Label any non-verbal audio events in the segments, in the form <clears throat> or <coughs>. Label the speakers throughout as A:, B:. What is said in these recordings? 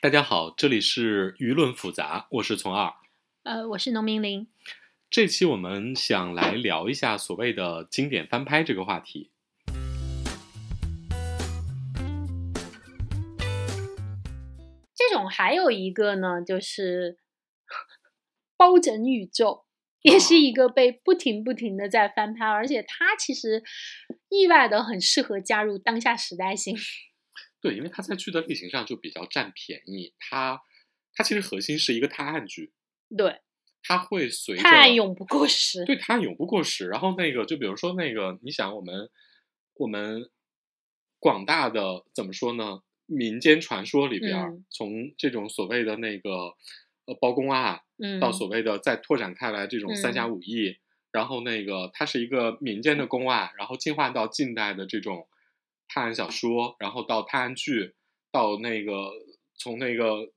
A: 大家好，这里是舆论复杂，我是从二。
B: 呃，我是农民林。
A: 这期我们想来聊一下所谓的经典翻拍这个话题。
B: 这种还有一个呢，就是 <laughs> 包拯宇宙，也
A: 哦
B: 是一个被不停不停的在翻拍，而且它其实意外的很适合加入当下时代性。
A: 对，因为它在剧的类型上就比较占便宜，它它其实核心是一个探案剧，
B: 对，
A: 它会随着
B: 探案永不过时。
A: 对探案永不过时。然后那个就比如说那个，你想我们我们广大的怎么说呢？民间传说里边，
B: 嗯
A: 从这种所谓的那个呃包公案，
B: 嗯，
A: 到所谓的再拓展开来这种三侠
B: 嗯
A: 五义，然后那个它是一个民间的公案，然后进化到近代的这种探案小说，然后到探案剧，到那个从那个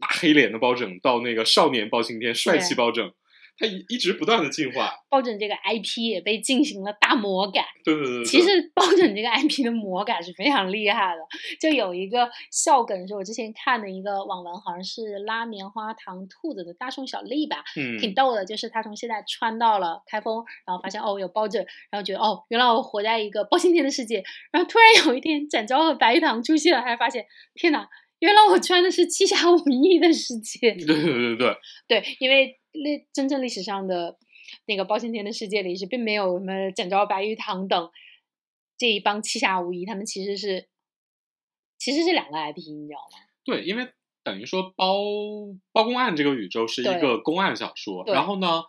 A: 大黑脸的包拯到那个少年包青天帅气包拯，它一一直不断的进化。
B: 包拯这个 IP 也被进行了大魔改。
A: 对对对对，
B: 其实包拯这个 IP 的魔改是非常厉害的，就有一个笑梗是我之前看的一个网文，好像是拉棉花糖兔子的大宋小丽吧，
A: 嗯，
B: 挺逗的。就是他从现在穿到了开封，然后发现哦有包拯，然后觉得哦原来我活在一个包青天的世界，然后突然有一天展昭和白玉堂出现了，还发现天哪，原来我穿的是七侠五义的世界。
A: 对对对对对，
B: <laughs> 对，因为历真正历史上的那个包青天的世界里是并没有什么展昭、白玉堂等这一帮七侠五义，他们其实是其实是两个 IP，你知道吗？
A: 对，因为等于说包包公案这个宇宙是一
B: 对
A: 个公案小说，
B: 对
A: 然后呢，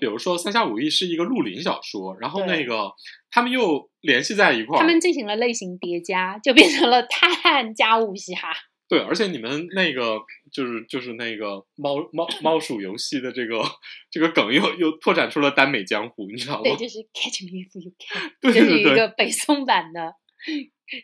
A: 比如说《三侠五义》是一个绿林小说，然后
B: 对
A: 那个他们又联系在一块儿，
B: 他们进行了类型叠加，就变成了 <laughs> 探案加武侠。
A: 对，而且你们那个就是就是那个猫猫猫鼠游戏的这个这个梗又又拓展出了耽美江湖，你知道吗？
B: 对，就是 Catch Me If You Can，
A: 对 <laughs>
B: 就
A: 对
B: 是一
A: 对
B: 个北宋版的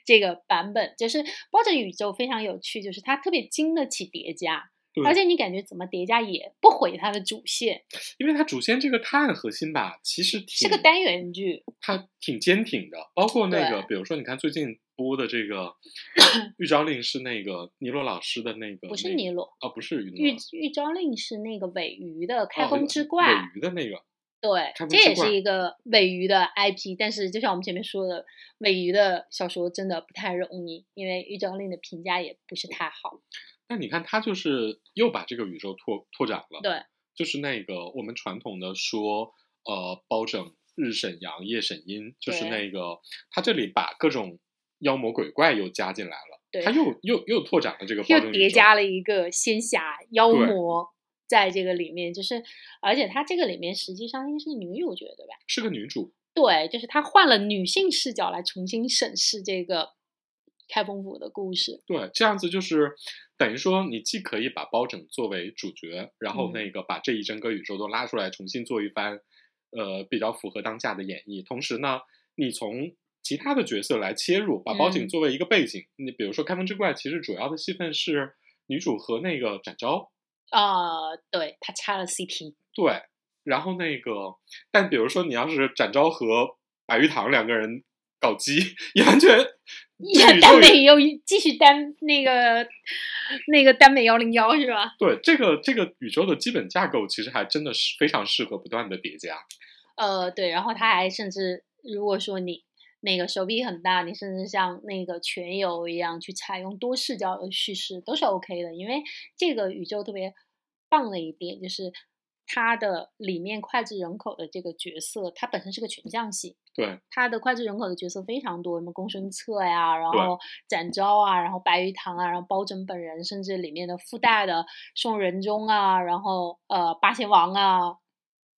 B: 这个版本。就是包拯宇宙非常有趣，就是它特别经得起叠加，
A: 对
B: 而且你感觉怎么叠加也不毁它的主线，
A: 因为它主线这个探案核心吧，其实挺
B: 是个单元剧。
A: 它挺坚挺的，包括那个，
B: 对
A: 比如说你看最近播的这
B: <coughs>
A: 个《玉昭令》是那个尼洛老师的那个，
B: 不是
A: 那个
B: 尼罗，
A: 哦，不是于
B: 玉
A: 诺
B: 玉昭令是那个尾鱼的开
A: 哦
B: 封之怪，
A: 尾鱼的那个，
B: 对
A: 开，封
B: 这
A: 之
B: 也
A: 怪
B: 是一个尾鱼的 IP。但是就像我们前面说的，尾鱼的小说真的不太容易，因为玉昭令的评价也不是太好。
A: 那你看他就是又把这个宇宙拓拓展了，
B: 对，
A: 就是那个我们传统的说，呃，包拯日沈阳夜沈阴，就是
B: 对
A: 那个他这里把各种妖魔鬼怪又加进来了，
B: 对
A: 他又又又拓展了这个包拯
B: 又
A: 宇
B: 叠
A: 宙
B: 加了一个仙侠妖
A: 对
B: 魔在这个里面，就是而且它这个里面实际上应该是女主角对吧？
A: 是个女主，
B: 对，就是她换了女性视角来重新审视这个开封府的故事。
A: 对，这样子就是等于说，你既可以把包拯作为主角，然后
B: 嗯
A: 那个把这一整个宇宙都拉出来重新做一番，呃，比较符合当下的演绎。同时呢，你从其他的角色来切入，把包拯
B: 嗯
A: 作为一个背景，你比如说《开封之怪》，其实主要的戏份是女主和那个展昭，
B: 啊，对，她插了 CP。
A: 对，然后那个，但比如说你要是展昭和白玉堂两个人搞基，也完全这个
B: 也
A: 宇
B: 耽
A: 宙也
B: 美又继续耽那个那个耽美幺零幺是吧？
A: 对这个这个宇宙的基本架构，其实还真的是非常适合不断的叠加。
B: 呃，对，然后他还甚至如果说你那个手臂很大，你甚至像那个全游一样去采用多视角的叙事都是 OK 的，因为这个宇宙特别棒的一点就是它的里面脍炙人口的这个角色，它本身是个群像戏，
A: 对
B: 他的脍炙人口的角色非常多，什么公孙策呀，然
A: 对
B: 后展昭啊，然后白玉堂啊，然后包拯本人，甚至里面的附带的宋仁宗啊，然后呃八贤王啊，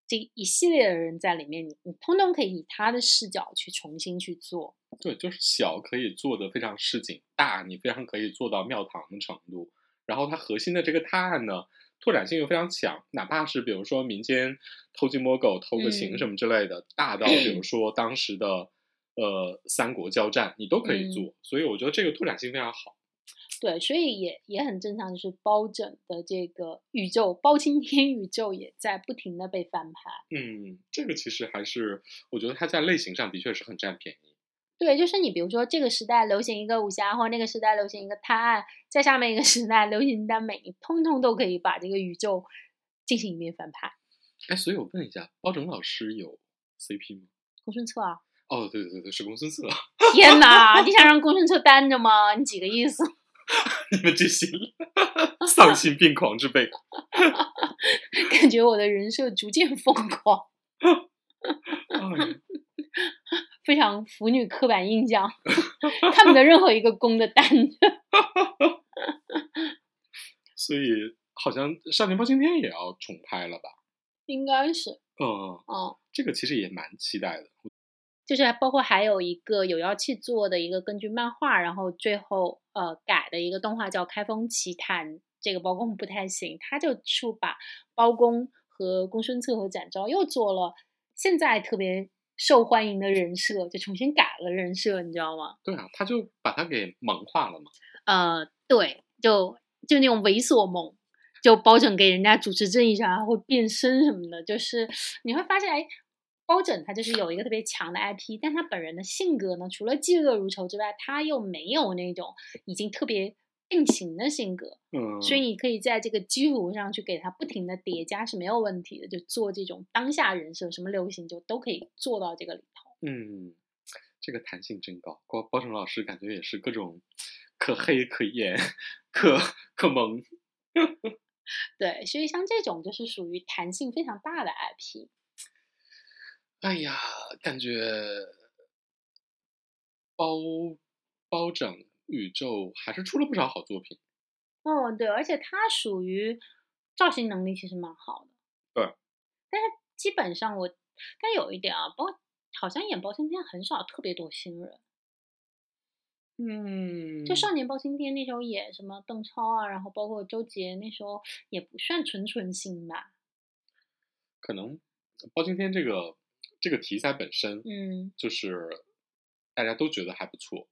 B: 这一系列的人在里面，你你通通可以以他的视角去重新去做。
A: 对，就是小可以做的非常市井，大你非常可以做到庙堂的程度。然后它核心的这个探案呢，拓展性又非常强，哪怕是比如说民间偷鸡摸狗、偷个情
B: 嗯
A: 什么之类的，大到比
B: <clears throat>
A: 如说当时的呃三国交战，你都可以
B: 嗯
A: 做。所以我觉得这个拓展性非常好。
B: 对，所以也也很正常，就是包拯的这个宇宙，包青天宇宙也在不停的被翻拍。
A: 嗯，这个其实还是我觉得它在类型上的确是很占便宜。
B: 对，就是你比如说这个时代流行一个武侠，或者那个时代流行一个探案，在下面一个时代流行耽美，你通通都可以把这个宇宙进行一遍翻拍。
A: 哎，所以我问一下，包拯老师有 CP 吗？
B: 公孙策啊，
A: 哦，对对对，是公孙策，
B: 天哪！你想让公孙策单着吗？你几个意思？
A: <laughs>
B: <laughs>
A: 你们这些丧心病狂之辈。
B: 感觉我的人设逐渐疯狂， <laughs>
A: 哎
B: 非常腐女刻板印象， <laughs> 看不得任何一个公的单 <laughs> 着。
A: 所以好像《少年包青天》也要重拍了吧？
B: 应该是，
A: 嗯，
B: 嗯，
A: 这个其实也蛮期待的。
B: 就是包括还有一个有妖气做的一个根据漫画，然后最后呃改的一个动画叫《开封奇谭》，这个包公不太行，他就是把包公和公孙策和展昭又做了现在特别受欢迎的人设，就重新改了人设，你知道吗？
A: 对啊，他就把它给萌化了嘛。
B: 呃，对，就就那种猥琐梦，就包拯给人家主持正义上还会变身什么的，就是你会发现，哎，包拯他就是有一个特别强的 IP，但他本人的性格呢，除了嫉恶如仇之外，他又没有那种已经特别定型的性格，
A: 嗯，
B: 所以你可以在这个基础上去给他不停的叠加是没有问题的，就做这种当下人设，什么流行就都可以做到这个里头。
A: 嗯，这个弹性真高。包包拯老师感觉也是各种可黑可演 <laughs> 可可萌。
B: 对，所以像这种就是属于弹性非常大的 IP。
A: 哎呀，感觉包包拯宇宙还是出了不少好作品。
B: 哦，对，而且它属于造型能力其实蛮好的。
A: 对。
B: 但是基本上我，但有一点啊，包好像演包青天很少特别多新人，
A: 嗯
B: 就少年包青天那时候演什么邓超啊，然后包括周杰那时候也不算纯纯新吧。
A: 可能包青天这个这个题材本身，
B: 嗯，
A: 就是大家都觉得还不错，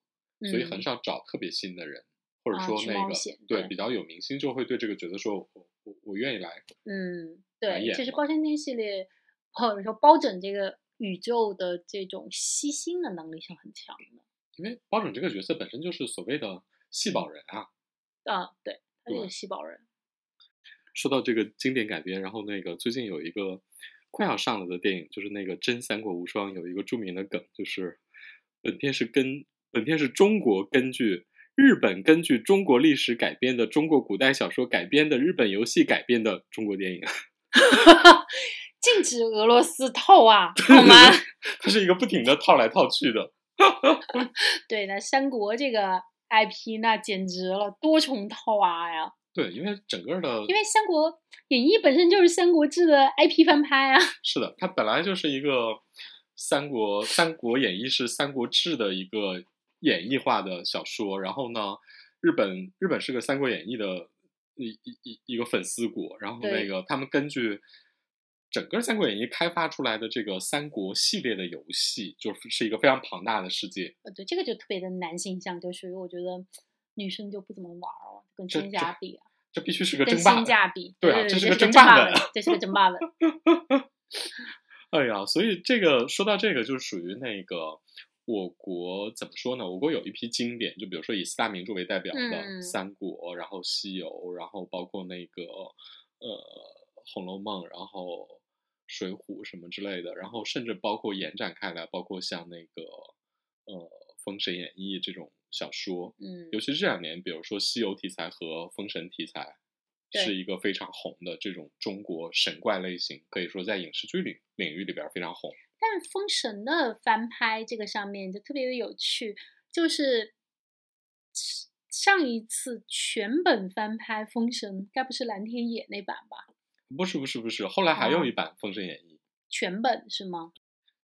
A: 所以很
B: 嗯
A: 少找特别新的人，或者
B: 啊
A: 说
B: 去
A: 那
B: 冒
A: 个、
B: 险
A: 对
B: 对
A: 比较有明星就会对这个觉得说我我我愿意来，
B: 嗯，
A: 来
B: 对，
A: 演
B: 其实
A: 嘛
B: 包青天系列或者说包拯这个宇宙的这种吸星的能力是很强的。
A: 因为包拯这个角色本身就是所谓的
B: 嗯
A: 戏宝人啊。
B: 啊，对，他是
A: 对
B: 个吸宝人。
A: 说到这个经典改编，然后那个最近有一个快要上了的电影，就是那个《真三国无双》，有一个著名的梗，就是本片是根本片是中国根据日本根据中国历史改编的中国古代小说改编的日本游戏改编的中国电影， <laughs>
B: <laughs> 禁止俄罗斯透啊，好吗？ <laughs>
A: 它是一个不停的套来套去的。
B: 对那三国这个 IP 那简直了，多重套娃呀！
A: 对，因为整个的
B: 因为《三国演义》本身就是《三国志》的 IP 翻拍啊。 <laughs>
A: 是的，它本来就是一个三国《三国演义》是《三国志》的一个演绎化的小说。然后呢，日本日本是个《三国演义》的一一一一个粉丝国。然后那
B: 对
A: 个他们根据整个《三国演义》开发出来的这个三国系列的游戏，就是是一个非常庞大的世界。
B: 呃对，这个就特别的男性向，就属于我觉得女生就不怎么玩儿了，跟
A: 这
B: 仙
A: 这
B: 侠比啊，
A: 这必须是个
B: 跟
A: 争霸
B: 仙。侠比，
A: 对啊
B: 对对
A: 这是
B: 是
A: 个争
B: 争
A: 霸
B: 霸
A: 文
B: 文，这是个争霸文。
A: 哎呀，所以这个说到这个，就是属于那个我国怎么说呢？我国有一批经典，就比如说以四大名著为代表的
B: 嗯
A: 三国，然后西游，然后包括那个呃《红楼梦》，然后水浒什么之类的，然后甚至包括延展开来，包括像那个呃《封神演义》这种小说，
B: 嗯，
A: <laughs> 尤其是这两年，比如说西游题材和封神题材，
B: 对
A: 是一个非常红的这种中国神怪类型，可以说在影视剧领领域里边非常红。
B: 但是《封神》的翻拍这个上面就特别的有趣，就是上一次全本翻拍《封神》，该不是蓝天野那版吧？
A: 不是不是不是，后来还有
B: 哦
A: 一版《封神演义》，
B: 全本是吗？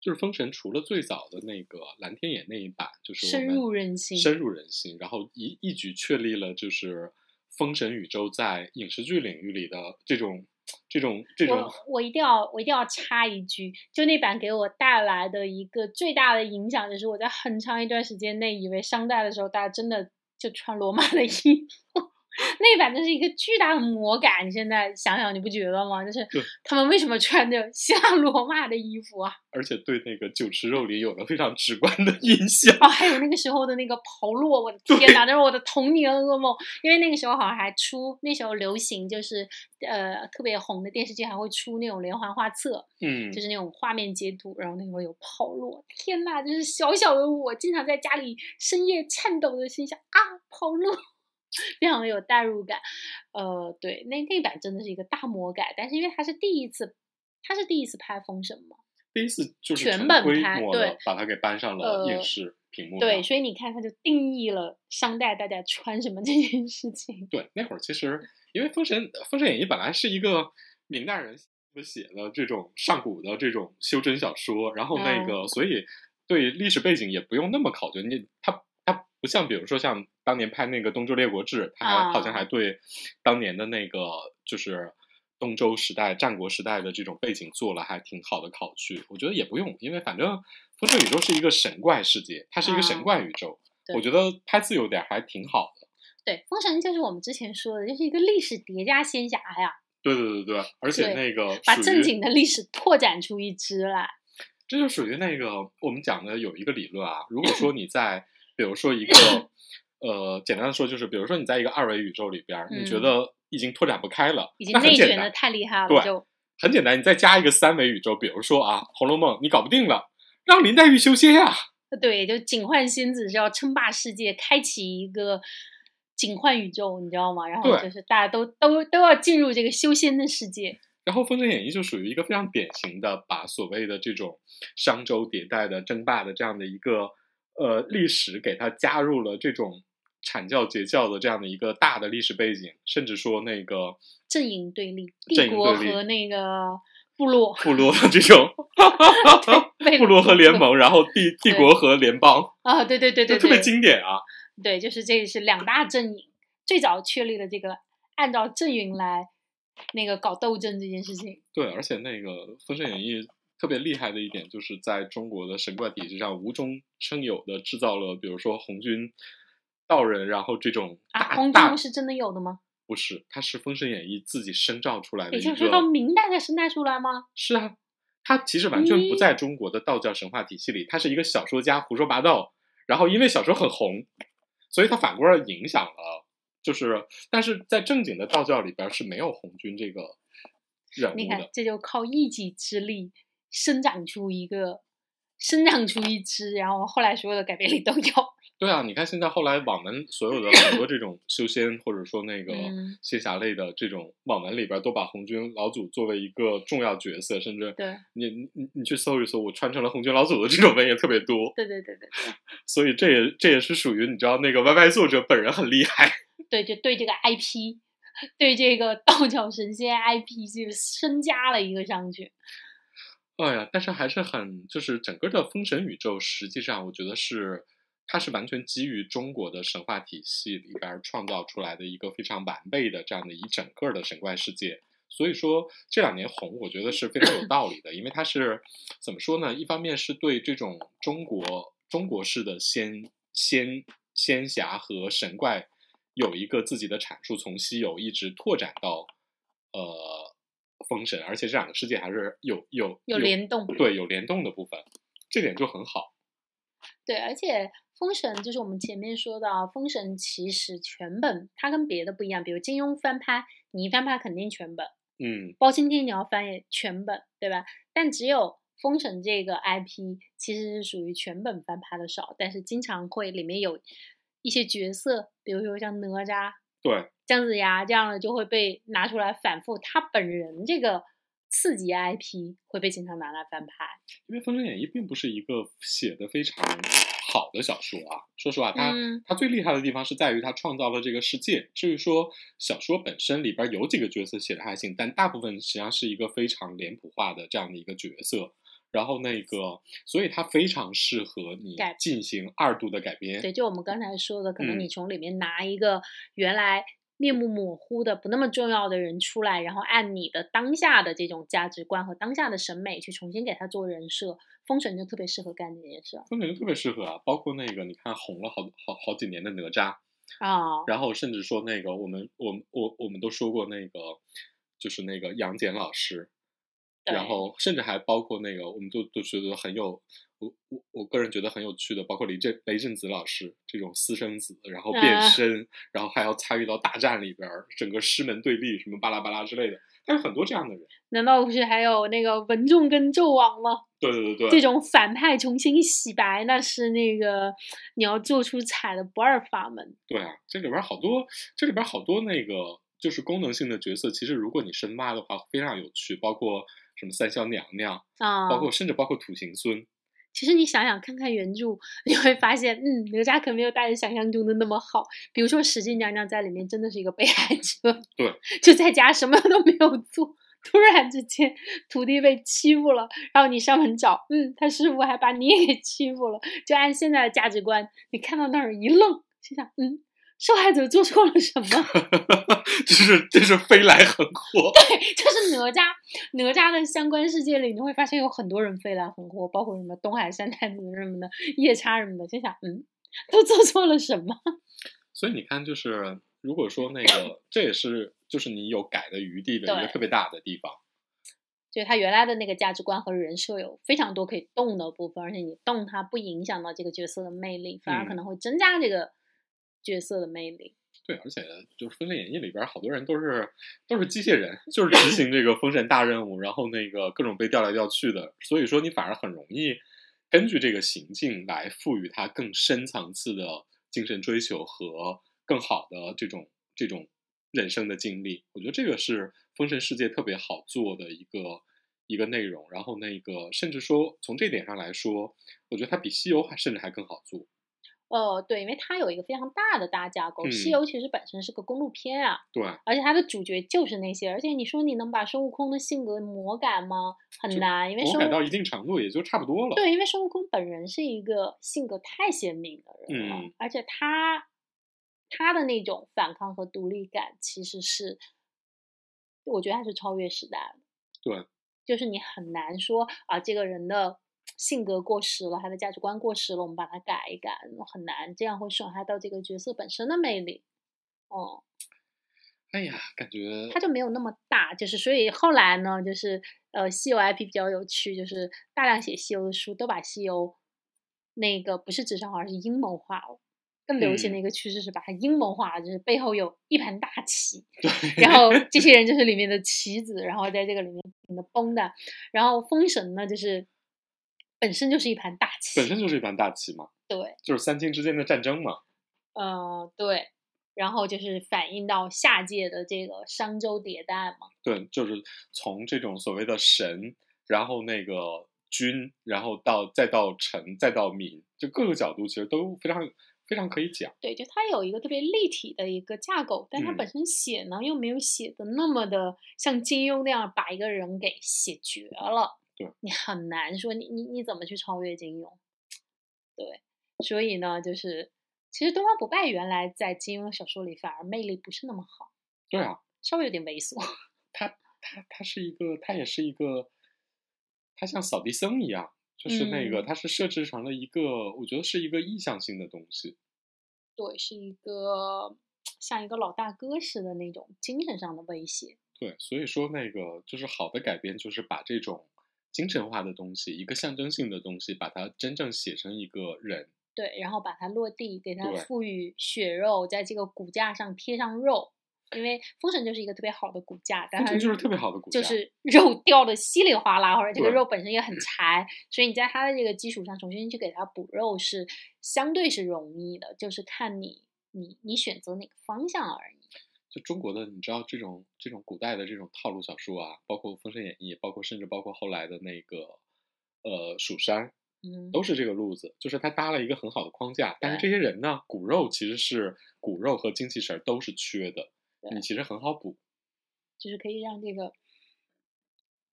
A: 就是《封神》除了最早的那个蓝天野那一版，就是我
B: 深
A: 们
B: 入人心
A: 深入人心，然后一一举确立了就是封神宇宙在影视剧领域里的这种这种这种
B: 我我一定要我一定要插一句，就那版给我带来的一个最大的影响，就是我在很长一段时间内以为商代的时候，大家真的就穿罗马的衣服， <laughs> 那版就是一个巨大的魔改，你现在想想你不觉得吗？就是
A: 对
B: 他们为什么穿着希腊 <laughs> 罗马的衣服啊？
A: 而且对那个酒池肉林有了非常直观的印
B: <laughs>
A: 象。
B: 哦，还有那个时候的那个袍落，我的天哪，那是我的童年噩梦。因为那个时候好像还出，那时候流行就是呃特别红的电视剧还会出那种连环画册，
A: 嗯
B: 就是那种画面截图，然后那时候有袍落，天哪，就是小小的我经常在家里深夜颤抖的心想啊袍落。 <laughs> 非常的有代入感，呃，对，那那版真的是一个大魔改，但是因为它是第一次，它是第一次拍《封神》嘛，
A: 第一次就是
B: 全
A: 成
B: 本
A: 规
B: 拍
A: 模
B: 对
A: 的把它给搬上了
B: 呃
A: 影视屏幕上、
B: 对，所以你看，它就定义了商代大家穿什么这件事情。 <laughs>
A: 对，那会儿其实因为《封神》《封神演义》本来是一个明代人写的这种上古的这种修真小说，然后那
B: 嗯
A: 个、所以对历史背景也不用那么考究，你他他不像比如说像当年拍那个《东周列国志》，他还好像
B: 啊
A: 还对当年的那个就是。东周时代、战国时代的这种背景做了还挺好的考据，我觉得也不用，因为反正《封神宇宙》是一个神怪世界，它是一个
B: 啊
A: 神怪宇宙，
B: 对
A: 我觉得拍自由点儿还挺好的。
B: 对，封神就是我们之前说的，就是一个历史叠加仙侠呀，
A: 对对对对，而且
B: 对
A: 那个
B: 把
A: 属于
B: 正经的历史拓展出一支来。
A: 这就属于那个我们讲的有一个理论啊。如果
B: <clears throat>
A: 说你在，比如说一个，呃，简单的说就是，比如说你在一个二维宇宙里边儿，
B: 嗯
A: 你觉得已经拓展不开了，
B: 已经
A: 那很
B: 内
A: 简
B: 卷的
A: 单，
B: 太厉害了，
A: 对
B: 就
A: 很简单，你再加一个三维宇宙，比如说啊，《红楼梦》你搞不定了，让林黛玉修仙啊呀、
B: 对，就警幻仙子是要称霸世界，开启一个警幻宇宙，你知道吗？然后
A: 对
B: 就是大家都都都要进入这个修仙的世界。
A: 然后《封神演义》就属于一个非常典型的把所谓的这种商周迭代的争霸的这样的一个呃历史，给它加入了这种阐教截教的这样的一个大的历史背景，甚至说那个
B: 阵营对立，
A: 阵
B: 帝
A: 营
B: 国
A: 对立
B: 和那个部
A: <laughs>
B: 落，
A: 部落的这种
B: <laughs> 对
A: 部落和联盟，然后帝帝国和联邦，
B: <laughs> 啊，对对对对
A: 就
B: 对，
A: 特别经典啊。
B: 对，就是这是两大阵营最早确立了这个按照阵营来那个搞斗争这件事情。
A: 对，而且那个《封神演义》特别厉害的一点，就是在中国的神怪体制上无中生有的制造了，比如说红军、道人，然后这种大
B: 啊，红
A: 大
B: 军是真的有的吗？
A: 不是，它是《封神演义》自己生造出来的
B: 也
A: 一
B: 就
A: 个。
B: 是到明代才生代出来吗？
A: 是啊，它其实完全不
B: 咦
A: 在中国的道教神话体系里，它是一个小说家胡说八道，然后因为小说很红，所以它反过来影响了，就是但是在正经的道教里边是没有红军这个人
B: 你
A: 物
B: 看
A: 的，，
B: 这就靠一己之力生长出一个，生长出一支，然后后来所有的改编里都有。 <laughs>
A: 对啊，你看现在后来网文所有的很多这种修仙或者说那个
B: 嗯
A: 仙侠类的这种网文里边都把红军老祖作为一个重要角色，甚至
B: 对，
A: 你你你你去搜一搜，我穿成了红军老祖的这种文也特别多。
B: 对对对对对
A: 所以这也这也是属于你知道那个 YY 作者本人很厉害， <laughs>
B: 对，就对这个 IP，对这个道教神仙 IP 就深加了一个上去。
A: 哎呀，但是还是很就是整个的封神宇宙，实际上我觉得是它是完全基于中国的神话体系里边创造出来的一个非常完备的这样的一整个的神怪世界。所以说这两年红，我觉得是非常有道理的，因为它是怎么说呢？一方面是对这种中国中国式的仙仙仙侠和神怪有一个自己的阐述，从西游一直拓展到呃封神，而且这两个世界还是有有
B: 有联动
A: 对，有联动的部分，这点就很好。
B: 对，而且封神就是我们前面说的啊，封神其实全本它跟别的不一样，比如金庸翻拍，你一翻拍肯定全本，
A: 嗯，
B: 包青天你要翻也全本，对吧？但只有封神这个 IP 其实是属于全本翻拍的少，但是经常会里面有一些角色，比如说像哪吒、
A: 对，
B: 姜子牙这样的，就会被拿出来反复，他本人这个次级 IP 会被经常拿来翻拍。
A: 因为《封神演义》并不是一个写的非常好的小说啊，说实话，它、
B: 嗯
A: 它最厉害的地方是在于它创造了这个世界。至于说小说本身里边有几个角色写的还行，但大部分实际上是一个非常脸谱化的这样的一个角色。然后那个，所以它非常适合你
B: 改
A: 进行二度的改编。
B: 对，就我们刚才说的，可能
A: 嗯
B: 你从里面拿一个原来面目模糊的、不那么重要的人出来，然后按你的当下的这种价值观和当下的审美去重新给他做人设，封神就特别适合干这件事儿。
A: 风神就特别适合啊，包括那个你看红了好好好几年的哪吒，
B: 啊，
A: 然后甚至说那个我们我们我我们都说过那个就是那个杨戬老师，
B: 对
A: 然后甚至还包括那个我们都都觉得很有我我我个人觉得很有趣的，包括雷震雷震子老师这种私生子，然后变
B: 啊
A: 身，然后还要参与到大战里边儿，整个师门对立什么巴拉巴拉之类的，但是很多这样的人，
B: 难道不是还有那个文仲跟纣王吗？
A: 对对对
B: 这
A: 对，
B: 种反派重新洗白，那是那个你要做出彩的不二法门。
A: 对啊，这里边儿好多，这里边儿好多那个就是功能性的角色，其实如果你深挖的话，非常有趣，包括什么三香娘娘，
B: 啊、
A: 包括甚至包括土行孙， <laughs>
B: 其实你想想看看原著，你会发现，嗯，哪吒可没有大家想象中的那么好。比如说史进娘娘在里面真的是一个被害者，
A: 对，
B: 就在家什么都没有做，突然之间徒弟被欺负了，然后你上门找，嗯，他师傅还把你也给欺负了。就按现在的价值观，你看到那儿一愣，心想，嗯，受害者做错了什么？
A: 就是这是飞来横祸， <laughs>
B: 就是哪吒，哪吒的相关世界里，你会发现有很多人飞来横祸，包括什么东海三太子什么的，夜叉什么的，心想，嗯，都做错了什么？ <laughs>
A: 所以你看，就是如果说那个，这也是就是你有改的余地的一个
B: 对
A: 特别大的地方。
B: 就是他原来的那个价值观和人设有非常多可以动的部分，而且你动它不影响到这个角色的魅力，反而可
A: 嗯
B: 能会增加这个角色的魅力。
A: 对，而且就是《分裂演义》里边儿好多人都是都是机械人，就是执行这个封神大任务，然后那个各种被调来调去的，所以说你反而很容易根据这个行径来赋予它更深层次的精神追求和更好的这种这种人生的经历。我觉得这个是封神世界特别好做的一个一个内容，然后那个甚至说从这点上来说，我觉得它比西游还甚至还更好做。
B: 哦，对，因为它有一个非常大的搭架构，
A: 嗯
B: 西游》其实本身是个公路片啊，
A: 对，
B: 而且它的主角就是那些，而且你说你能把孙悟空的性格魔改吗？很
A: 就
B: 难，因为
A: 我
B: 孙
A: 改
B: 悟
A: 到一定程度也就差不多了。
B: 对，因为孙悟空本人是一个性格太鲜明的人了，
A: 嗯
B: 而且他他的那种反抗和独立感，其实是我觉得他是超越时代的。
A: 对，
B: 就是你很难说啊，这个人的性格过时了，他的价值观过时了，我们把它改一改，很难，这样会损害到这个角色本身的魅力。哦、
A: 哎呀，感觉
B: 它就没有那么大，就是所以后来呢，就是呃，西游 IP 比较有趣，就是大量写西游的书都把西游那个不是纸上化，而是阴谋化了。更流
A: 嗯
B: 行的一个趋势是把它阴谋化，就是背后有一盘大棋，然后这些人就是里面的棋子，然后在这个里面不停的崩的。然后封神呢，就是本身就是一盘大棋，
A: 本身就是一盘大棋嘛，
B: 对，
A: 就是三清之间的战争嘛。
B: 呃，对，然后就是反映到下界的这个商周迭代嘛。
A: 对，就是从这种所谓的神，然后那个君，然后到再到臣，再到民，就各个角度其实都非常非常可以讲。
B: 对，就它有一个特别立体的一个架构，但它
A: 嗯
B: 本身写呢、又没有写的那么的像金庸那样把一个人给写绝了。
A: 对，
B: 你很难说你你你怎么去超越金庸？对，所以呢，就是其实东方不败原来在金庸小说里反而魅力不是那么好，
A: 对啊，
B: 稍微有点猥琐。 <laughs>
A: 他他是一个，他也是一个，他像扫地僧一样，就是那个
B: 嗯
A: 他是设置成了一个，我觉得是一个意向性的东西。
B: 对，是一个像一个老大哥似的那种精神上的威胁。
A: 对，所以说那个就是好的改编，就是把这种精神化的东西，一个象征性的东西，把它真正写成一个人。
B: 对，然后把它落地，给它
A: 对
B: 赋予血肉，在这个骨架上贴上肉，因为风神就是一个特别好的骨架，但
A: 它
B: 它
A: 就是特别好的骨架，
B: 就是 <laughs> 肉掉的稀里哗啦，或者这个
A: 对
B: 肉本身也很柴，所以你在它的这个基础上重新去给它补肉是相对是容易的，就是看你你你选择哪个方向而已。
A: 就中国的，你知道这种这种古代的这种套路小说啊，包括《封神演义》，包括甚至包括后来的那个呃《蜀山》，
B: 嗯，
A: 都是这个路子，就是他搭了一个很好的框架，但是
B: 对
A: 这些人呢，骨肉其实是骨肉和精气神儿都是缺的，
B: 对
A: 你其实很好补。
B: 就是可以让这个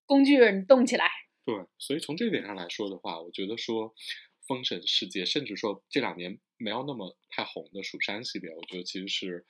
B: 工具人动起来。
A: 对，所以从这点上来说的话，我觉得说《封神世界》，甚至说这两年没有那么太红的《蜀山》系列，我觉得其实是，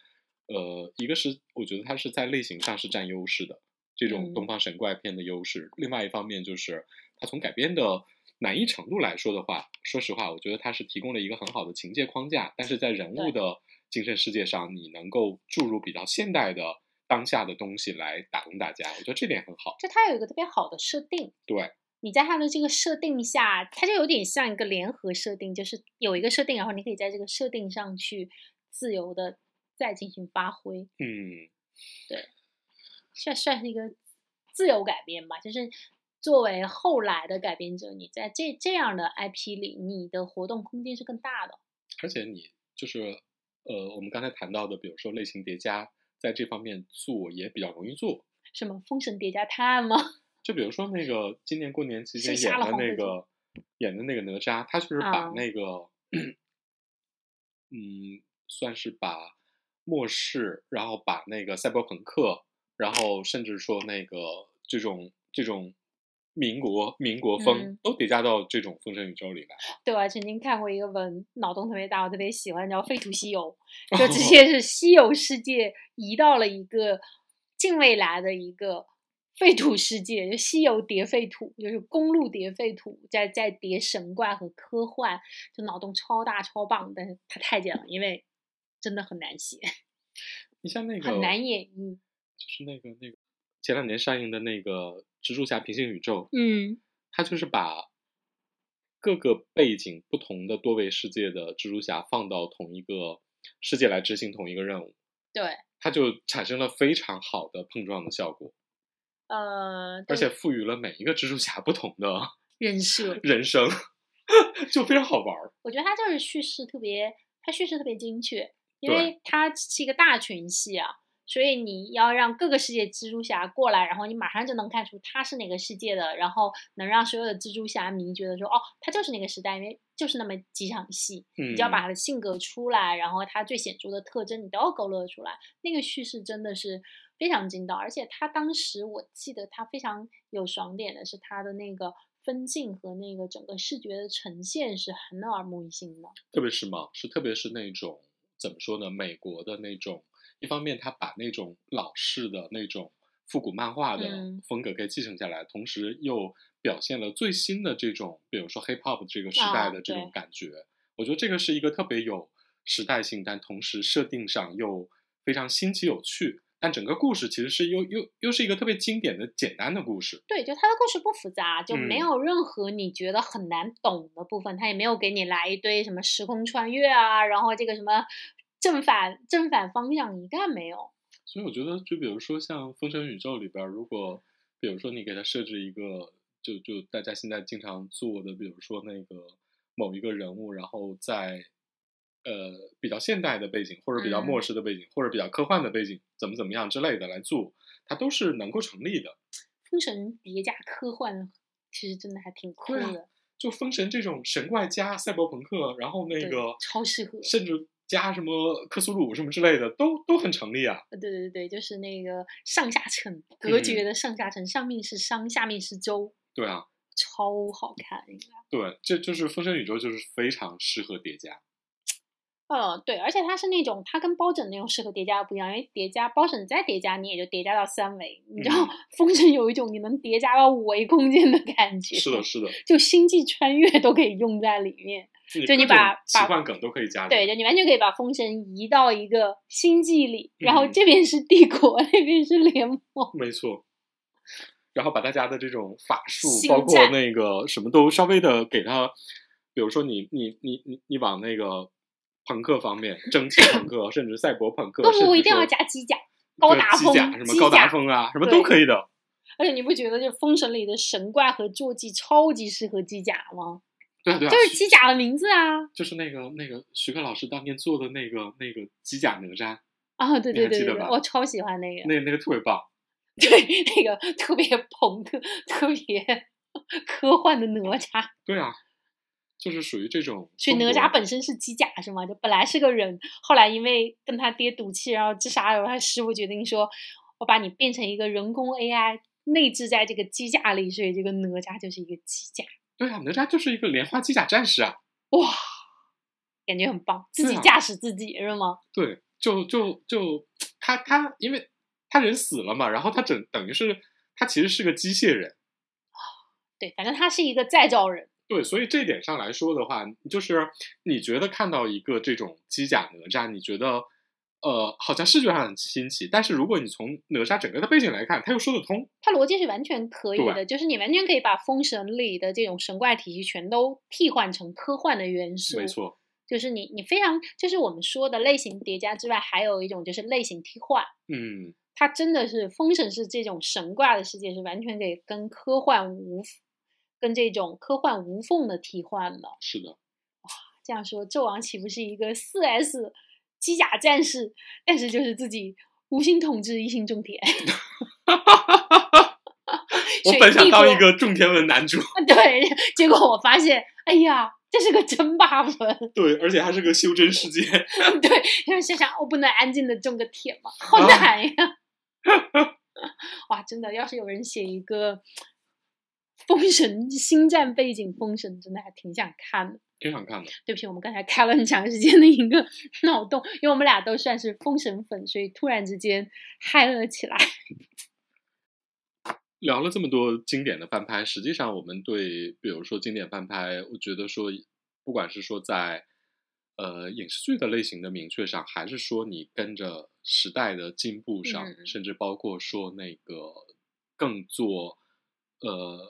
A: 呃，一个是我觉得它是在类型上是占优势的，这种
B: 嗯
A: 东方神怪片的优势；另外一方面就是它从改编的难易程度来说的话，说实话，我觉得它是提供了一个很好的情节框架，但是在人物
B: 对
A: 的精神世界上，你能够注入比较现代的当下的东西来打动大家，我觉得这点很好。
B: 就它有一个特别好的设定。
A: 对，
B: 你在它的这个设定下，它就有点像一个联合设定，就是有一个设定，然后你可以在这个设定上去自由的再进行发挥，
A: 嗯，
B: 算算是一个自由改编吧。就是作为后来的改编者，你在这这样的 IP 里，你的活动空间是更大的。
A: 而且你就是呃，我们刚才谈到的，比如说类型叠加，在这方面做也比较容易做。
B: 什么《封神叠加探》吗？
A: 就比如说那个今年过年期间
B: 谁
A: 演
B: 杀了
A: 的
B: 黄
A: 那
B: 飞
A: 个演的那个哪吒，他就是把
B: 啊
A: 那个，嗯，算是把末世，然后把那个赛博朋克，然后甚至说那个这种这种民国民国风、
B: 嗯
A: 都叠加到这种封神宇宙里来。
B: 对，我还曾经看过一个文，脑洞特别大，我特别喜欢，叫《废土西
A: 哦
B: 游》，就直接是西游世界移到了一个近未来的一个废土世界，就西游叠废土，就是公路叠废土，再再叠神怪和科幻，就脑洞超大超棒，但是它太简了，因为真的很难写，
A: 你像那个
B: 很难演绎。
A: 就是那个那个前两年上映的那个《蜘蛛侠平行宇宙》，
B: 嗯，
A: 它就是把各个背景不同的多维世界的蜘蛛侠放到同一个世界来执行同一个任务，
B: 对，
A: 它就产生了非常好的碰撞的效果，
B: 呃，
A: 而
B: 对
A: 且赋予了每一个蜘蛛侠不同的 <laughs>
B: 人设，
A: 人生， <laughs> 就非常好玩儿。
B: 我觉得它就是叙事特别，它叙事特别精确，因
A: 对
B: 为它是一个大群戏啊，所以你要让各个世界蜘蛛侠过来，然后你马上就能看出他是哪个世界的，然后能让所有的蜘蛛侠迷觉得说，哦，他就是那个时代，因为就是那么几场戏，
A: 嗯，
B: 你就要把他的性格出来，然后他最显著的特征你都要勾勒出来。那个叙事真的是非常精到，而且他当时我记得他非常有爽点的是他的那个分镜和那个整个视觉的呈现是很耳目一新的。
A: 特别时髦，是特别是那种怎么说呢？美国的那种，一方面他把那种老式的那种复古漫画的
B: 嗯
A: 风格给继承下来，同时又表现了最新的这种，比如说 hip hop 这个时代
B: 啊
A: 的这种
B: 对
A: 感觉。我觉得这个是一个特别有时代性，但同时设定上又非常新奇有趣。但整个故事其实是又又又是一个特别经典的简单的故事，
B: 对，就他的故事不复杂，就没
A: 嗯
B: 有任何你觉得很难懂的部分，他也没有给你来一堆什么时空穿越啊，然后这个什么正反正反方向一概没有。
A: 所以我觉得，就比如说像《封神宇宙》里边儿，如果比如说你给它设置一个，就就大家现在经常做的，比如说那个某一个人物，然后在呃比较现代的背景，或者比较
B: 嗯
A: 末世的背景，或者比较科幻的背景，怎么怎么样之类的来做，它都是能够成立的。
B: 封神叠加科幻，其实真的还挺酷
A: 对啊
B: 的。
A: 就封神这种神怪加赛博朋克，然后那
B: 对
A: 个
B: 超适合
A: 甚至加什么克苏鲁什么之类的，都都很成立啊。
B: 呃对对对，就是那个上下层隔绝
A: 嗯
B: 的上下层，上面是商，下面是州，
A: 对啊，
B: 超好看。应该
A: 对，这就是《封神宇宙》，就是非常适合叠加。
B: 呃，对，而且它是那种，它跟包拯那种适合叠加不一样，因为叠加包拯再叠加，你也就叠加到三维，你知道
A: 嗯，
B: <laughs> 封神有一种你能叠加到五维空间的感觉。
A: 是的，，是
B: <laughs>
A: 的。
B: 就星际穿越都可以用在里面。就
A: 各
B: 你
A: 种
B: 把
A: 奇
B: 把
A: 幻梗都可以加进
B: 对，
A: 来，
B: 就你完全可以把封神移到一个星际里，然后
A: 嗯
B: 这边是帝国， <laughs> 那边是联盟。
A: 没错。然后把大家的这种法术，
B: 星
A: 包括
B: 战
A: 那个什么都稍微的给它，比如说你你你你你往那个朋克方面，蒸汽朋克，甚至赛博朋克，
B: 不
A: 甚
B: 不，我
A: 至
B: 一定要
A: 说
B: 加机甲、高
A: 对
B: 达
A: 机
B: 风、
A: 甲什么
B: 机
A: 高达
B: 甲
A: 风啊，什么
B: 对
A: 都可以的。
B: 而且你不觉得就《封神》里的神怪和坐骑超级适合机甲吗？
A: 对啊对啊，
B: 就是
A: 徐
B: 机甲的名字啊！
A: 就是那个那个徐克老师当年做的那个那个机甲哪吒，
B: 啊，对
A: 你
B: 对
A: 还
B: 对
A: 记得
B: 对对，
A: 吧
B: 我超喜欢那个，
A: 那那个特别棒。
B: 对那个特别朋克、特别 <laughs> 科幻的哪吒。
A: 对啊，就是属于这种
B: 所以
A: 中
B: 哪
A: 国。
B: 吒本身是机甲是吗？就本来是个人，后来因为跟他爹赌气，然后自杀了，他师傅决定说：“我把你变成一个人工 AI，内置在这个机甲里。”所以这个哪吒就是一个机甲，
A: 对啊，哪吒就是一个莲花机甲战士啊。
B: 哇，感觉很棒，自
A: 对
B: 己
A: 啊
B: 驾驶自己、是吗？
A: 对，就就就他他，因为他人死了嘛，然后他整等于是他其实是个机械人，
B: 对，反正他是一个再造人，
A: 对，所以这点上来说的话，就是你觉得看到一个这种机甲哪吒，你觉得呃好像视觉上很新奇，但是如果你从哪吒整个的背景来看，它又说得通。
B: 它逻辑是完全可以的，
A: 对
B: 就是你完全可以把《封神》里的这种神怪体系全都替换成科幻的元素。
A: 没，错，
B: 就是你你非常就是我们说的类型叠加之外，还有一种就是类型替换。
A: 嗯，
B: 它真的是封神是这种神怪的世界是完全可以跟科幻无跟这种科幻无缝的替换的。
A: 是
B: <laughs>
A: 的，
B: 这样说，纣王岂不是一个四 S 机甲战士？但是就是自己无心统治，一心种田。
A: 我
B: 水
A: 本想
B: 帝
A: 当一
B: 国
A: 个种田文男主，
B: <laughs> 对，结果我发现，哎呀，这是个真霸文。
A: 对，而且还是个修真世界。
B: 对，因为想想我不能安静的种个田吗？好
A: 啊
B: 难呀！哇，真的，要是有人写一个封神星战背景封神，真的还挺想看的。
A: 挺想看的，
B: 对不起，我们刚才开了很长时间的一个 <laughs> 脑洞，因为我们俩都算是封神粉，所以突然之间嗨了起来。
A: 聊了这么多经典的翻拍，实际上我们对，比如说经典翻拍，我觉得说，不管是说在呃影视剧的类型的明确上，还是说你跟着时代的进步上，
B: 嗯
A: 甚至包括说那个更做呃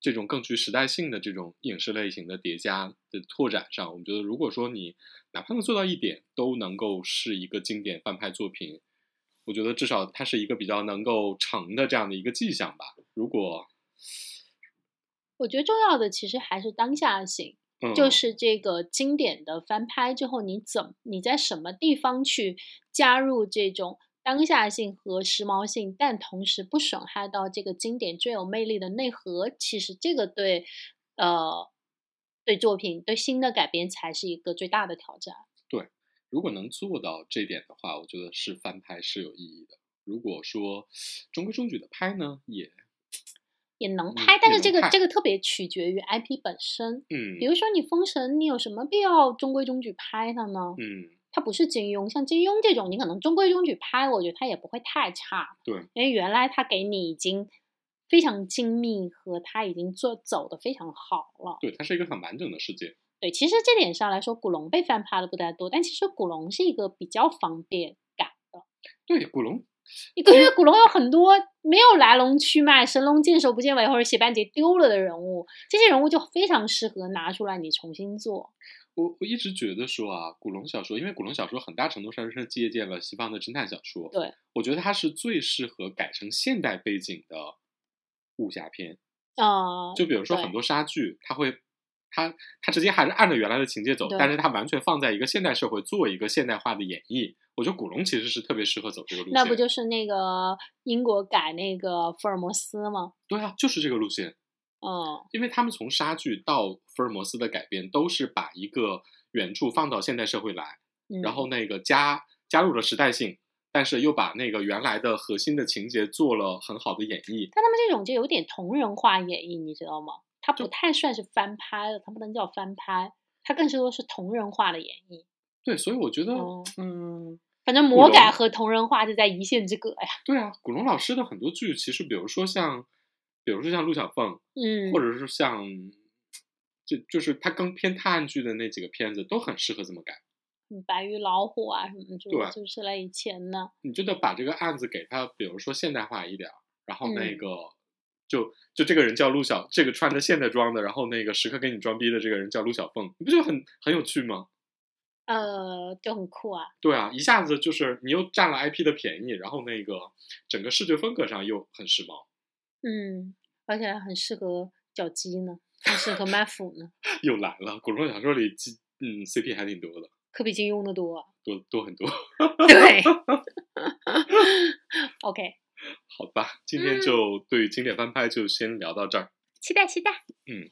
A: 这种更具时代性的这种影视类型的叠加的拓展上，我们觉得如果说你哪怕能做到一点，都能够是一个经典翻拍作品，我觉得至少它是一个比较能够成的这样的一个迹象吧。如果
B: 我觉得重要的其实还是当下性，
A: 嗯，
B: 就是这个经典的翻拍之后，你怎么你在什么地方去加入这种当下性和时髦性，但同时不损害到这个经典最有魅力的内核，其实这个对呃对作品对新的改编才是一个最大的挑战。
A: 如果能做到这点的话，我觉得是翻拍是有意义的。如果说中规中矩的拍呢，也
B: 也能
A: 嗯
B: 拍，但
A: 也
B: 是这
A: 能
B: 个这
A: 拍
B: 个特别取决于 IP 本身。
A: 嗯
B: 比如说你《封神》，你有什么必要中规中矩拍它呢？
A: 嗯
B: 它不是金庸，像金庸这种，你可能中规中矩拍，我觉得它也不会太差。
A: 对，
B: 因为原来它给你已经非常精密和它已经做走的非常好了。
A: 对，它是一个很完整的世界。
B: 对，其实这点上来说，古龙被翻拍的不太多，但其实古龙是一个比较方便感的，
A: 对，古龙
B: 因为古龙有很多没有来龙去脉、神龙见首不见尾或者写半截丢了的人物，这些人物就非常适合拿出来你重新做。
A: 我我一直觉得说啊，古龙小说，因为古龙小说很大程度上是借鉴了西方的侦探小说，
B: 对，
A: 我觉得它是最适合改成现代背景的武侠片。
B: 呃，
A: 就比如说很
B: 对
A: 多杀剧，它会，它它直接还是按照原来的情节走，
B: 对
A: 但是它完全放在一个现代社会做一个现代化的演绎。我觉得古龙其实是特别适合走这个路线，
B: 那不就是那个英国改那个福尔摩斯吗？
A: 对啊，就是这个路线。
B: 嗯，
A: 因为他们从杀剧到福尔摩斯的改编，都是把一个原著放到现代社会来，
B: 嗯
A: 然后那个加加入了时代性，但是又把那个原来的核心的情节做了很好的演绎。
B: 但他们这种就有点同人化演绎，你知道吗？它不太算是翻拍了，它不能叫翻拍，它更是多是同人化的演绎。
A: 对，所以我觉得，
B: 哦
A: 嗯，
B: 反正
A: 古
B: 魔改
A: 龙
B: 和同人化就在一线之隔呀。
A: 对啊，古龙老师的很多剧，其实比如说像，比如说像陆小凤，
B: 嗯，
A: 或者是像，就就是他更偏探案剧的那几个片子，都很适合这么改。
B: 嗯白玉老虎啊什么，就
A: 对
B: 就是来以前呢，
A: 你就得把这个案子给他，比如说现代化一点儿，然后那
B: 嗯
A: 个、就就这个人叫陆小，这个穿着现代装的，然后那个时刻给你装逼的这个人叫陆小凤，你不觉得很很有趣吗？
B: 呃，就很酷啊。
A: 对啊，一下子就是你又占了 IP 的便宜，然后那个整个视觉风格上又很时髦，
B: 嗯，而且很适合脚鸡呢，很适合卖腐呢，
A: 又来了。古龙小说里，基嗯 CP 还挺多的，
B: 可比金庸的多啊。
A: 多多很多。 <laughs>
B: 对，OK，
A: 好吧，今天就对经典翻拍就先聊到这儿。
B: 期待期待。
A: 嗯，